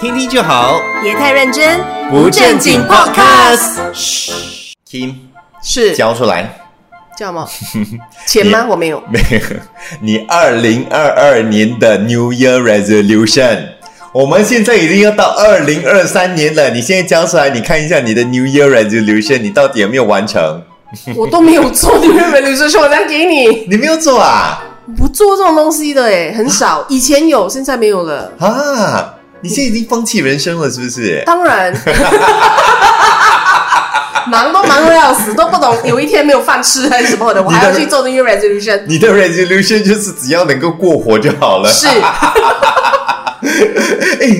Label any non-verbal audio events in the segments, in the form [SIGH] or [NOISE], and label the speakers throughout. Speaker 1: 听听就好，
Speaker 2: 别太认真，
Speaker 1: 嘘，Kim
Speaker 2: 是
Speaker 1: 交出来，
Speaker 2: 叫
Speaker 1: [LAUGHS]
Speaker 2: 吗？钱吗？我没有。
Speaker 1: 没有，你二零二二年的 New Year Resolution，我们现在已经要到二零二三年了，你现在交出来，你看一下你的 New Year Resolution，你到底有没有完成？
Speaker 2: 我都没有做女人们，你说我再给你，
Speaker 1: 你没有做啊？
Speaker 2: 不做这种东西的哎，很
Speaker 1: [LAUGHS]
Speaker 2: 少，以前有，现在没有了。
Speaker 1: 啊，你现在已经放弃人生了，是不是？
Speaker 2: 当然， [LAUGHS] 忙都忙得要死，都不懂有一天没有饭吃还是什么的，我还要去做 New Year
Speaker 1: [LAUGHS]
Speaker 2: Resolution。
Speaker 1: 你的 resolution 就是只要能够过活就好了。
Speaker 2: 是，
Speaker 1: 哎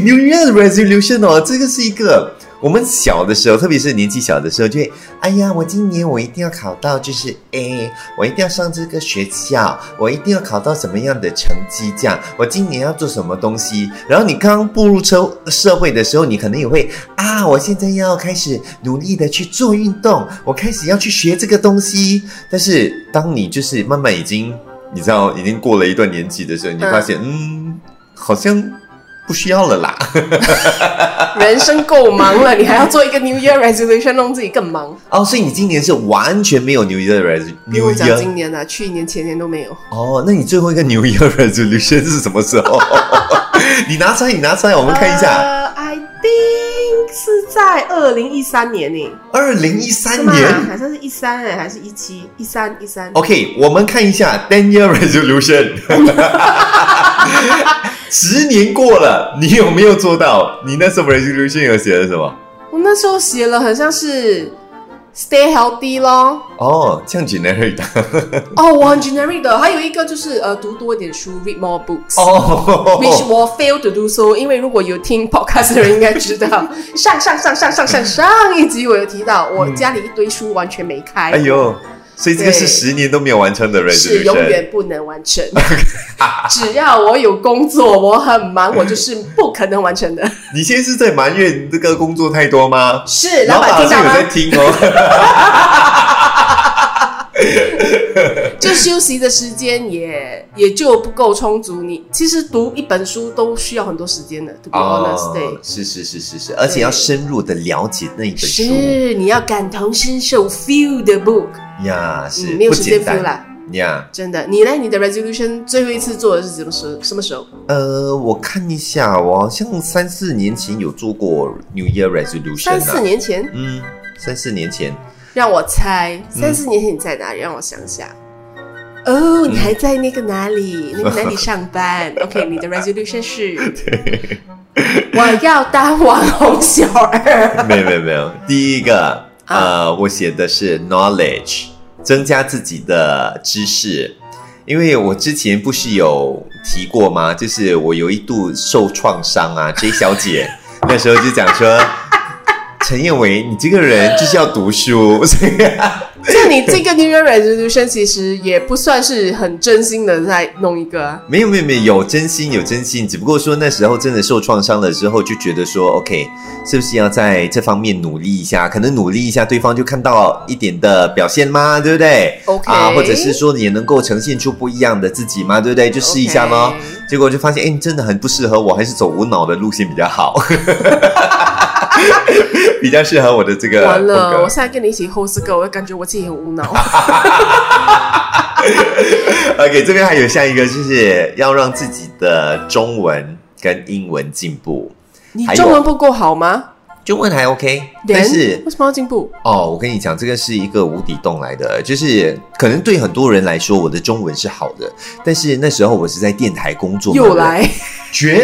Speaker 1: ，New Year Resolution 哦，这个是一个我们小的时候，特别是年纪小的时候，就会，哎呀，我今年我一定要考到就是 A，我一定要上这个学校，我一定要考到什么样的成绩，这样，我今年要做什么东西。然后你刚步入社社会的时候，你可能也会啊，我现在要开始努力的去做运动，我开始要去学这个东西。但是当你就是慢慢已经，你知道已经过了一段年纪的时候，你就发现，嗯，好像不需要了啦。
Speaker 2: 人生够忙了，你还要做一个 New Year Resolution，弄自己更忙。
Speaker 1: 哦，所以你今年是完全没有 New Year Res
Speaker 2: 不
Speaker 1: New
Speaker 2: 用讲
Speaker 1: Year
Speaker 2: 今年啊，去年前年都没有。
Speaker 1: 哦，那你最后一个 New Year Resolution 是什么时
Speaker 2: [LAUGHS]
Speaker 1: 候？你拿出来，你拿出来，我
Speaker 2: 我
Speaker 1: 们看一下。
Speaker 2: 呃，I think 是在二零一三年呢，
Speaker 1: 二零一
Speaker 2: 呃是
Speaker 1: 三
Speaker 2: 吗？
Speaker 1: 年哦
Speaker 2: 好像是一三哎，还是一七一三一三？
Speaker 1: ，OK，我们看一下 Ten Year
Speaker 2: [LAUGHS]
Speaker 1: Resolution。十年过了，你有没有做到？你那时候 resolution 有写了什么？
Speaker 2: 我那时候写了，好像是 Stay healthy 咯。
Speaker 1: 哦，这样
Speaker 2: [LAUGHS]
Speaker 1: generic 的
Speaker 2: 哦，我很 generic 的，还有一个就是呃，读多一点书，read more books。Which
Speaker 1: 哦，
Speaker 2: 我 fail to do so，因为如果有听 podcast 的人应该知道，上上上上上上上一集我有提到，我家里一堆书完全没开，
Speaker 1: [LAUGHS] 嗯哎呦，所以这个是
Speaker 2: 对
Speaker 1: 十年都没有完成的 resolution，
Speaker 2: 是永远不能完
Speaker 1: [LAUGHS]
Speaker 2: 成。只要我有工作，我很忙，我就是不可能
Speaker 1: [LAUGHS]
Speaker 2: 完成的。
Speaker 1: 你现在是在埋怨这个工作太多吗？
Speaker 2: 是
Speaker 1: 老
Speaker 2: 老
Speaker 1: 板
Speaker 2: 板
Speaker 1: 好
Speaker 2: 听
Speaker 1: 像有
Speaker 2: 到
Speaker 1: 在
Speaker 2: 吗？
Speaker 1: 听哦。
Speaker 2: 就休息的时间也 [LAUGHS] 也就不够充足。你其实读一本书都需要很多时间的，to be
Speaker 1: 哦
Speaker 2: honest，、对。
Speaker 1: 是是是是是，而且要深入的了解那一本书
Speaker 2: 是你要感同身受，feel the book，
Speaker 1: 呀，是
Speaker 2: 嗯，没有
Speaker 1: 不
Speaker 2: 时间
Speaker 1: 简
Speaker 2: feel
Speaker 1: 单
Speaker 2: 啦，
Speaker 1: 呀。
Speaker 2: 真的。你呢？你的 resolution 最后一次做的是什么时候？什么时候？
Speaker 1: 呃，我看一下，我好像三四年前有做过 New Year
Speaker 2: 三
Speaker 1: Resolution
Speaker 2: 四
Speaker 1: 啊，
Speaker 2: 年前，
Speaker 1: 嗯，三四年前，
Speaker 2: 让我猜，三四年前你在哪里？让我想想。哦，你还在那个哪 [LAUGHS] 里？那个哪里上班？OK，你的 resolution 是， [LAUGHS] 我要当网红小 [LAUGHS]
Speaker 1: [LAUGHS]
Speaker 2: 二。
Speaker 1: 没有没有没有，第一个呃，我写的是 knowledge，增加自己的知识，因为我之前不是有提过吗？就是我有一度受创伤啊，J 小姐那时候就讲说。陈彦维，你这个人就是要读书， [LAUGHS] 所以
Speaker 2: 就你这个 New Year resolution 其实也不算是很真心的在弄一个、啊。
Speaker 1: 没有没有没有，有真心有真心，只不过说那时候真的受创伤了之后，就觉得说 OK，是不是要在这方面努力一下？可能努力一下，对方就看到一点的表现吗？对不对
Speaker 2: OK
Speaker 1: 啊，或者是说也能够呈现出不一样的自己吗？对不对？就试一下咯。
Speaker 2: OK
Speaker 1: 结果就发现，哎，你真的很不适合我，还是走无脑的路线比较好， [LAUGHS] 比较适合我的这个
Speaker 2: 完
Speaker 1: 风
Speaker 2: 了，
Speaker 1: 格
Speaker 2: 我现在跟你一起 host 这个，我会感觉我自己很无
Speaker 1: [LAUGHS]
Speaker 2: 脑。
Speaker 1: OK，这边还有下一个，就是要让自己的中文跟英文进步。
Speaker 2: 你
Speaker 1: 还有
Speaker 2: 中文不够好吗？
Speaker 1: 中文还 OK，
Speaker 2: 人
Speaker 1: 但是
Speaker 2: 为什么要进步？
Speaker 1: 哦，我跟你讲，这个是一个无底洞来的，就是可能对很多人来说，我的中文是好的，但是那时候我是在电台工作，
Speaker 2: 又，来，
Speaker 1: 全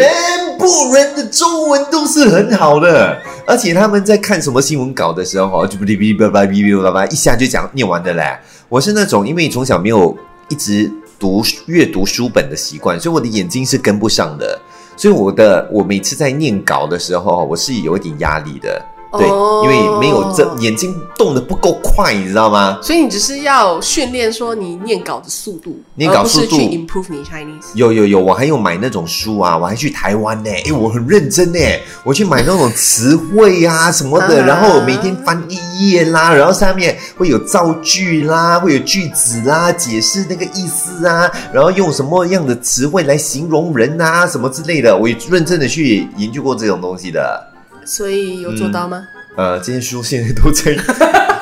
Speaker 1: 部人的中文都是很好的，而且他们在看什么新闻稿的时候，哦，就哔哩哔哩吧吧哔哩哔哩吧吧，一下就讲念完的嘞。我是那种因为从小没有一直读阅读书本的习惯，所以我的眼睛是跟不上的，所以我的我每次在念稿的时候，我是有一点压力的。对，
Speaker 2: 哦
Speaker 1: 因为没有这眼睛动得不够快，你知道吗？
Speaker 2: 所以你只是要训练说你念稿的速度，
Speaker 1: 念稿速度
Speaker 2: 而不是去 improve 你 Chinese。
Speaker 1: 有有有，我还有买那种书啊，我还去台湾呢、诶，我很认真呢、我去买那种词汇啊什么的，
Speaker 2: 啊
Speaker 1: 然后每天翻一页啦，然后下面会有造句啦，会有句子啦，解释那个意思啊，然后用什么样的词汇来形容人啊什么之类的，我也认真的去研究过这种东西的。
Speaker 2: 所以有做到吗？
Speaker 1: 呃，这些书现在都在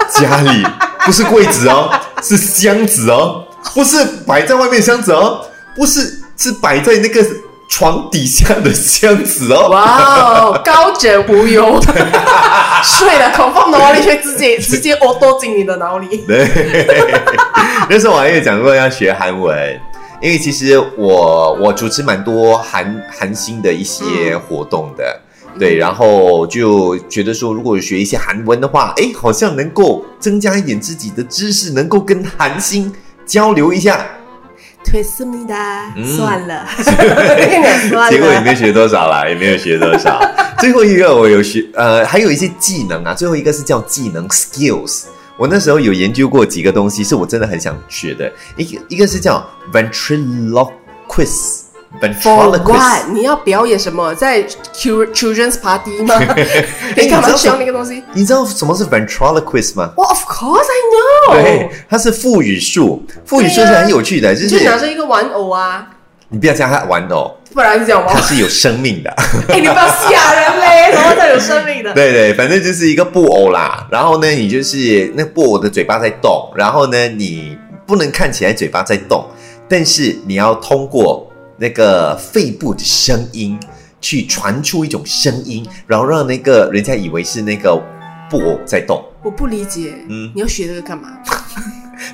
Speaker 1: 家里，不是柜子哦，是箱子哦，不是摆在外面箱子哦，不是是摆在那个床底下的箱子哦。
Speaker 2: 哇哦，高枕无忧，睡了口放脑里却直接直接哦多进你的脑里。
Speaker 1: 对，那时候我还有讲过要学韩文，因为其实我我主持蛮多韩韩星的一些活动的。对，然后就觉得说，如果学一些韩文的话，诶，好像能够增加一点自己的知识，能够跟韩星交流一下。
Speaker 2: 退思密达，
Speaker 1: 嗯
Speaker 2: 算了，
Speaker 1: [LAUGHS]
Speaker 2: [LAUGHS] 念了算
Speaker 1: 结果也
Speaker 2: 了。
Speaker 1: 没学多少啦，也没有学多少。最后一个我有学，呃，还有一些技能啊。最后一个是叫技能 skills。我那时候有研究过几个东西，是我真的很想学的。一个一个是叫 ventriloquist。
Speaker 2: For
Speaker 1: ventriloquist，
Speaker 2: what？你要表演什么？在 chil- children's party
Speaker 1: [LAUGHS]
Speaker 2: 吗？你干
Speaker 1: 你知
Speaker 2: 嘛
Speaker 1: 道
Speaker 2: 需要那个东西？
Speaker 1: 你知道什么是 ventriloquist 吗？
Speaker 2: 哇，Of course I know。
Speaker 1: 对，，它是腹语术。腹语术是很有趣的，就
Speaker 2: 就是拿着一个玩偶啊，
Speaker 1: 你不要叫它玩哦，
Speaker 2: 不然是这样吗
Speaker 1: 它？是有生命的。
Speaker 2: [LAUGHS] 哎、你不要吓人
Speaker 1: [LAUGHS]
Speaker 2: 嘞，什么叫有生 [LAUGHS] 命的？
Speaker 1: 对对，反正就是一个布偶啦。然后呢，你就是那布偶的嘴巴在动，然后呢，你不能看起来嘴巴在动，但是你要通过那个肺部的声音去传出一种声音，然后让那个人家以为是那个布偶在动。
Speaker 2: 我不理解，
Speaker 1: 嗯
Speaker 2: 你要学这个干嘛？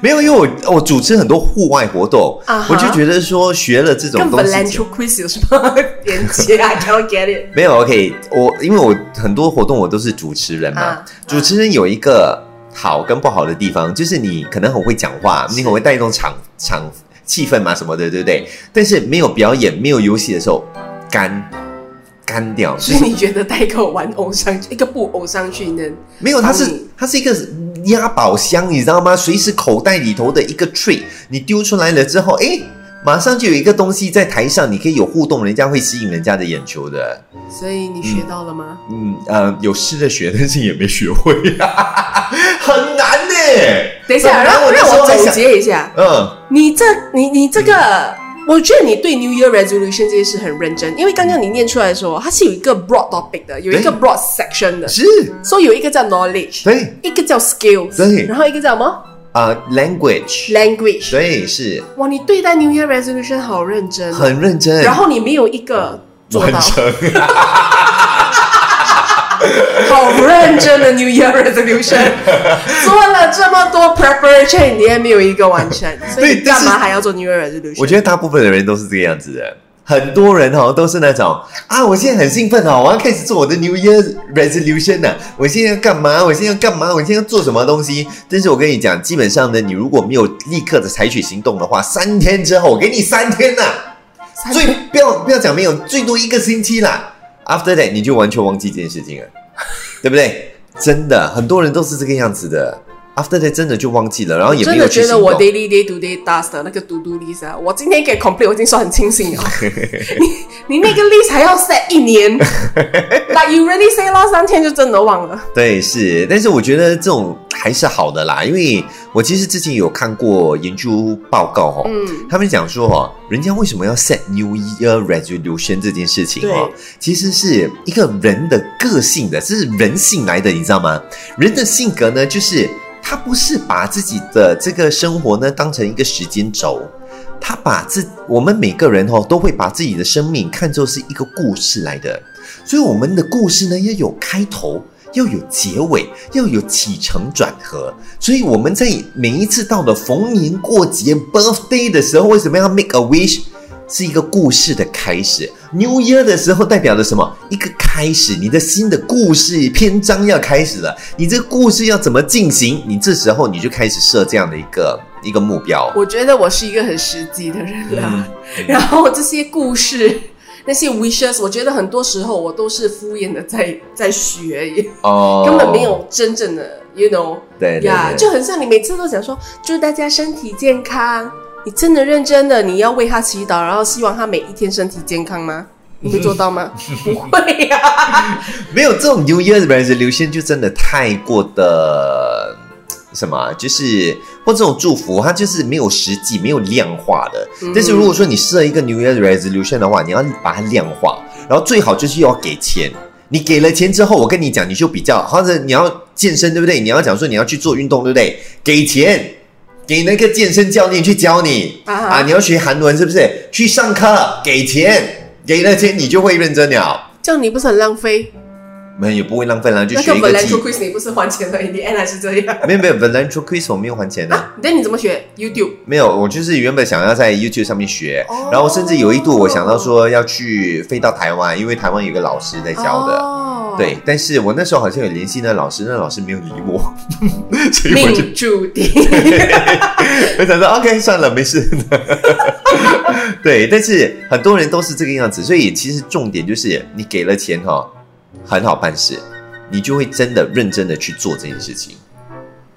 Speaker 1: 没有，因为我我主持很多户外活动
Speaker 2: 啊哈
Speaker 1: 我就觉得说学了这种
Speaker 2: 跟
Speaker 1: 东西之后。
Speaker 2: ventriloquist 有什么连接啊？I don't get it。
Speaker 1: 没有，OK，我因为我很多活动我都是主持人嘛，
Speaker 2: 啊
Speaker 1: 主持人有一个好跟不好的地方，就是你可能很会讲话，
Speaker 2: 是
Speaker 1: 你很会带动场场气氛嘛什么的，对不对？但是没有表演、没有游戏的时候，干干掉，就
Speaker 2: 所以
Speaker 1: 是
Speaker 2: 你觉得带一个玩偶上去，一个布偶上去能？
Speaker 1: 没有，它
Speaker 2: 帮
Speaker 1: 是
Speaker 2: 你
Speaker 1: 它是一个压宝箱，你知道吗？随时口袋里头的一个 tree，你丢出来了之后，诶，马上就有一个东西在台上，你可以有互动，人家会吸引人家的眼球的。
Speaker 2: 所以你学到了吗？
Speaker 1: 嗯呃，有试着学，但是也没学会，很难呢、
Speaker 2: 等一下，
Speaker 1: 很
Speaker 2: 让
Speaker 1: 难
Speaker 2: 我
Speaker 1: 嗯那
Speaker 2: 让
Speaker 1: 时候
Speaker 2: 我
Speaker 1: 还
Speaker 2: 总
Speaker 1: 想，
Speaker 2: 结一下，
Speaker 1: 嗯，
Speaker 2: 你这你你这个。我觉得你对 New Year Resolution 这件事很认真，因为刚刚你念出来的时候，它是有一个 broad topic 的，有一个
Speaker 1: 对
Speaker 2: broad section 的，
Speaker 1: 是，
Speaker 2: 所以有一个叫 knowledge，
Speaker 1: 对
Speaker 2: 一个叫 skills，
Speaker 1: 对
Speaker 2: 然后一个叫什么
Speaker 1: 啊、l a n g u a g e
Speaker 2: language，
Speaker 1: 对，是
Speaker 2: 哇，你对待 New Year Resolution 好认真哦，
Speaker 1: 很认真，
Speaker 2: 然后你没有一个做
Speaker 1: 完
Speaker 2: 到，
Speaker 1: 成，
Speaker 2: 好认真的 New
Speaker 1: [LAUGHS]
Speaker 2: Year Resolution，做了这么多 preparation，你也没有一个完成，所以
Speaker 1: 对
Speaker 2: 你
Speaker 1: 但
Speaker 2: 干
Speaker 1: 是
Speaker 2: 嘛还要做 New Year Resolution？
Speaker 1: 我觉得大部分的人都是这个样子的。很多人哦都是那种啊，我现在很兴奋哦，我要开始做我的 New Year Resolution 了、我现在要干嘛？我现在要干嘛？我现在要做什么东西？但是我跟你讲，基本上呢，你如果没有立刻的采取行动的话，三天之后，我给你三天呐、
Speaker 2: 三
Speaker 1: 最不要不要讲没有，最多一个星期啦。After that，你就完全忘记这件事情了，对不对？真的，很多人都是这个样子的。After that，真的就忘记了，然后也没
Speaker 2: 真
Speaker 1: 有
Speaker 2: 的
Speaker 1: 去
Speaker 2: 觉
Speaker 1: 行
Speaker 2: 得我
Speaker 1: 动。
Speaker 2: daily day to day task 的那个 to do list 啊，我今天给 complete 我已经算很
Speaker 1: [LAUGHS]
Speaker 2: 清醒了。你你那个 list 还要 set 一年，like you really say 啦，三天就真的忘了。
Speaker 1: 对，是，但是我觉得这种还是好的啦，因为我其实之前有看过研究报告哦，
Speaker 2: 嗯，
Speaker 1: 他们讲说哦，人家为什么要 set New Year Resolution 这件事情哦
Speaker 2: 对，
Speaker 1: 其实是一个人的个性的，这是人性来的，你知道吗？人的性格呢，就是他不是把自己的这个生活呢当成一个时间轴。他把自我们每个人哦，都会把自己的生命看作是一个故事来的，所以我们的故事呢要有开头，要有结尾，要有起承转合。所以我们在每一次到了逢年过节 birthday 的时候，为什么要 make a wish？是一个故事的开始。New Year 的时候代表着什么？一个开始，你的新的故事篇章要开始了。你这个故事要怎么进行？你这时候你就开始设这样的一个一个目标。
Speaker 2: 啊我觉得我是一个很实际的人啦。
Speaker 1: 嗯
Speaker 2: 然后这些故事，那些 wishes，我觉得很多时候我都是敷衍的在在学，也
Speaker 1: 哦，
Speaker 2: 根本没有真正的，you know，
Speaker 1: 对对
Speaker 2: 呀、
Speaker 1: 对，
Speaker 2: 就很像你每次都讲说祝大家身体健康，你真的认真的你要为他祈祷，然后希望他每一天身体健康吗？你会做到
Speaker 1: [LAUGHS]
Speaker 2: 吗？不会呀、
Speaker 1: 没有这种 New Year's resolution 就真的太过的什么啊，就是或这种祝福，它就是没有实际、没有量化的。但是如果说你设一个 New Year's resolution 的话，你要把它量化，然后最好就是要给钱。你给了钱之后，我跟你讲，你就比较，或者你要健身，对不对？你要讲说你要去做运动，对不对？给钱，给那个健身教练去教你
Speaker 2: 啊
Speaker 1: 啊！你要学韩文是不是？去上课，给钱，给了钱你就会认真了。
Speaker 2: 这样你不是很浪费？
Speaker 1: 没有也不会浪费啦，就
Speaker 2: 那
Speaker 1: 学
Speaker 2: 个
Speaker 1: 一
Speaker 2: 本
Speaker 1: 个
Speaker 2: 来
Speaker 1: 技啊
Speaker 2: 做。quiz 你不是还钱而已，你 end 还是这样 [LAUGHS]
Speaker 1: 没有没有，Valencia Quiz 我没有还钱的、
Speaker 2: 啊？那你怎么学 YouTube？
Speaker 1: 没有，我就是原本想要在 YouTube 上面学，
Speaker 2: 哦
Speaker 1: 然后甚至有一度我想到说要去飞到台湾，因为台湾有个老师在教的。
Speaker 2: 哦
Speaker 1: 对，，但是我那时候好像有联系那老师，那老师没有理我， [LAUGHS] 所以我就
Speaker 2: 命注定。
Speaker 1: 我想说 OK 算了，没
Speaker 2: [LAUGHS]
Speaker 1: 事。对，但是很多人都是这个样子，所以其实重点就是你给了钱哈、很好办事，你就会真的认真的去做这件事情。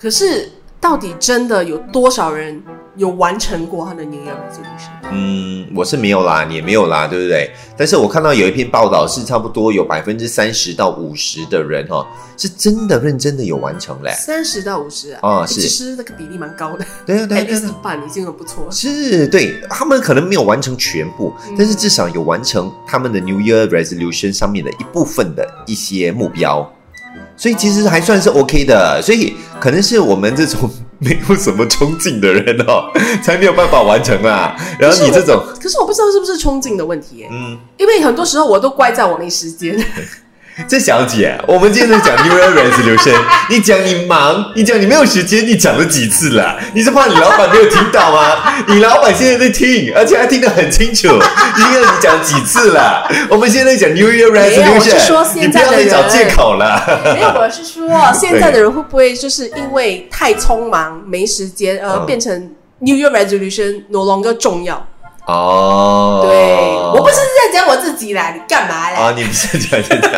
Speaker 2: 可是到底真的有多少人有完成过他的 New Year resolution？
Speaker 1: 嗯，我是没有啦，你也没有啦，对不对？但是我看到有一篇报道是差不多有百分之三十到五十的人哈、哦，是真的认真的有完成嘞。
Speaker 2: 三十到五十啊？
Speaker 1: 哎哦
Speaker 2: 诶
Speaker 1: 是
Speaker 2: 其实那个比例蛮高的，
Speaker 1: 对啊，对啊，
Speaker 2: at
Speaker 1: 对啊
Speaker 2: least
Speaker 1: 对
Speaker 2: 一
Speaker 1: 啊，
Speaker 2: 半已经很不错了。
Speaker 1: 是对他们可能没有完成全部，但是至少有完成他们的 New Year Resolution 上面的一部分的一些目标。所以其实还算是 OK 的，所以可能是我们这种 [LAUGHS] 没有什么冲劲的人哦，才没有办法完成啦。然后你这种，
Speaker 2: 可是我不知道是不是冲劲的问题耶，
Speaker 1: 嗯，
Speaker 2: 因为很多时候我都怪在我没时
Speaker 1: [LAUGHS]
Speaker 2: 间。
Speaker 1: 这小姐，我们今天在讲 [LAUGHS] New Year Resolution，你讲你忙，你讲你没有时间，你讲了几次了？你是怕你老板没有听到 [LAUGHS] 吗？你老板现在在听，而且他听得很清楚，听了你讲几次了？我们现在在讲 New Year
Speaker 2: 没有我是说
Speaker 1: Resolution，你
Speaker 2: 现
Speaker 1: 不
Speaker 2: 在
Speaker 1: 要
Speaker 2: 的人
Speaker 1: 再找借口了。
Speaker 2: 没有，我是说现在的人会不会就是因为太匆忙没时间，而
Speaker 1: 嗯
Speaker 2: 变成 New Year resolution no longer 重要？
Speaker 1: 哦
Speaker 2: 对，我不是在讲我自己啦，你干嘛啦？
Speaker 1: 啊，你不是讲这个。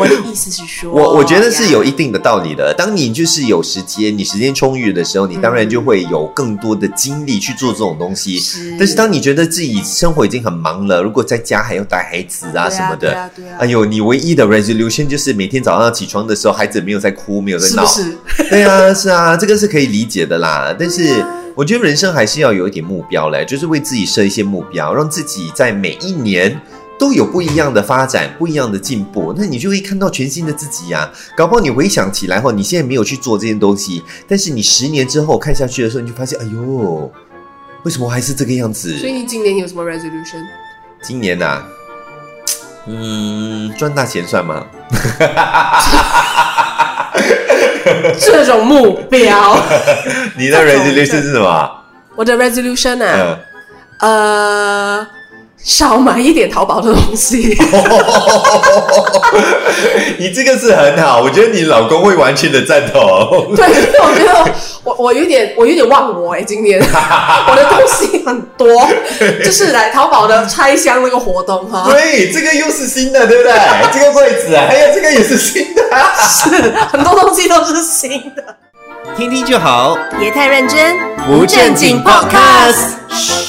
Speaker 2: 我的意思是说，
Speaker 1: 我我觉得是有
Speaker 2: 呀
Speaker 1: 一定的道理的。当你就是有时间，你时间充裕的时候，你当然就会有更多的精力去做这种东西。
Speaker 2: 是
Speaker 1: 但是当你觉得自己生活已经很忙了，如果在家还要带孩子啊
Speaker 2: 对
Speaker 1: 什么的，
Speaker 2: 对啊，对啊，
Speaker 1: 哎呦，你唯一的 resolution 就是每天早上起床的时候，孩子没有在哭，没有在
Speaker 2: 是
Speaker 1: 闹
Speaker 2: 不。是？
Speaker 1: 对啊，是啊，这个是可以理解的啦。但
Speaker 2: 对
Speaker 1: 是
Speaker 2: 啊
Speaker 1: 我觉得人生还是要有一点目标嘞，就是为自己设一些目标，让自己在每一年。都有不一样的发展，不一样的进步，那你就会看到全新的自己呀、搞不好你回想起来后，你现在没有去做这件东西，但是你十年之后看下去的时候，你就发现，哎呦，为什么我还是这个样子？
Speaker 2: 所以你今年有什
Speaker 1: [LAUGHS]
Speaker 2: 么 resolution？
Speaker 1: 今年呐、嗯，赚大钱算吗？
Speaker 2: 这种目标，
Speaker 1: 你的
Speaker 2: 这种
Speaker 1: resolution 是什么？
Speaker 2: 我的 resolution 啊，
Speaker 1: 嗯，
Speaker 2: 呃，少买一点淘宝的
Speaker 1: [LAUGHS]
Speaker 2: 东西。
Speaker 1: 你这个是很好，我觉得你老公会完全的赞同。
Speaker 2: 对，因为我觉得我我有点我有点忘我哎、
Speaker 1: [LAUGHS]
Speaker 2: 今年我的东西很多，就是来淘宝的拆箱那个活动哈，
Speaker 1: 对，这个又是新的，对不对？这个柜子，还有这个也是新的，
Speaker 2: [LAUGHS] 是很多东西都是新的。
Speaker 1: 听听就好，
Speaker 2: 别太认真，
Speaker 1: 不正经 podcast
Speaker 2: 嘘。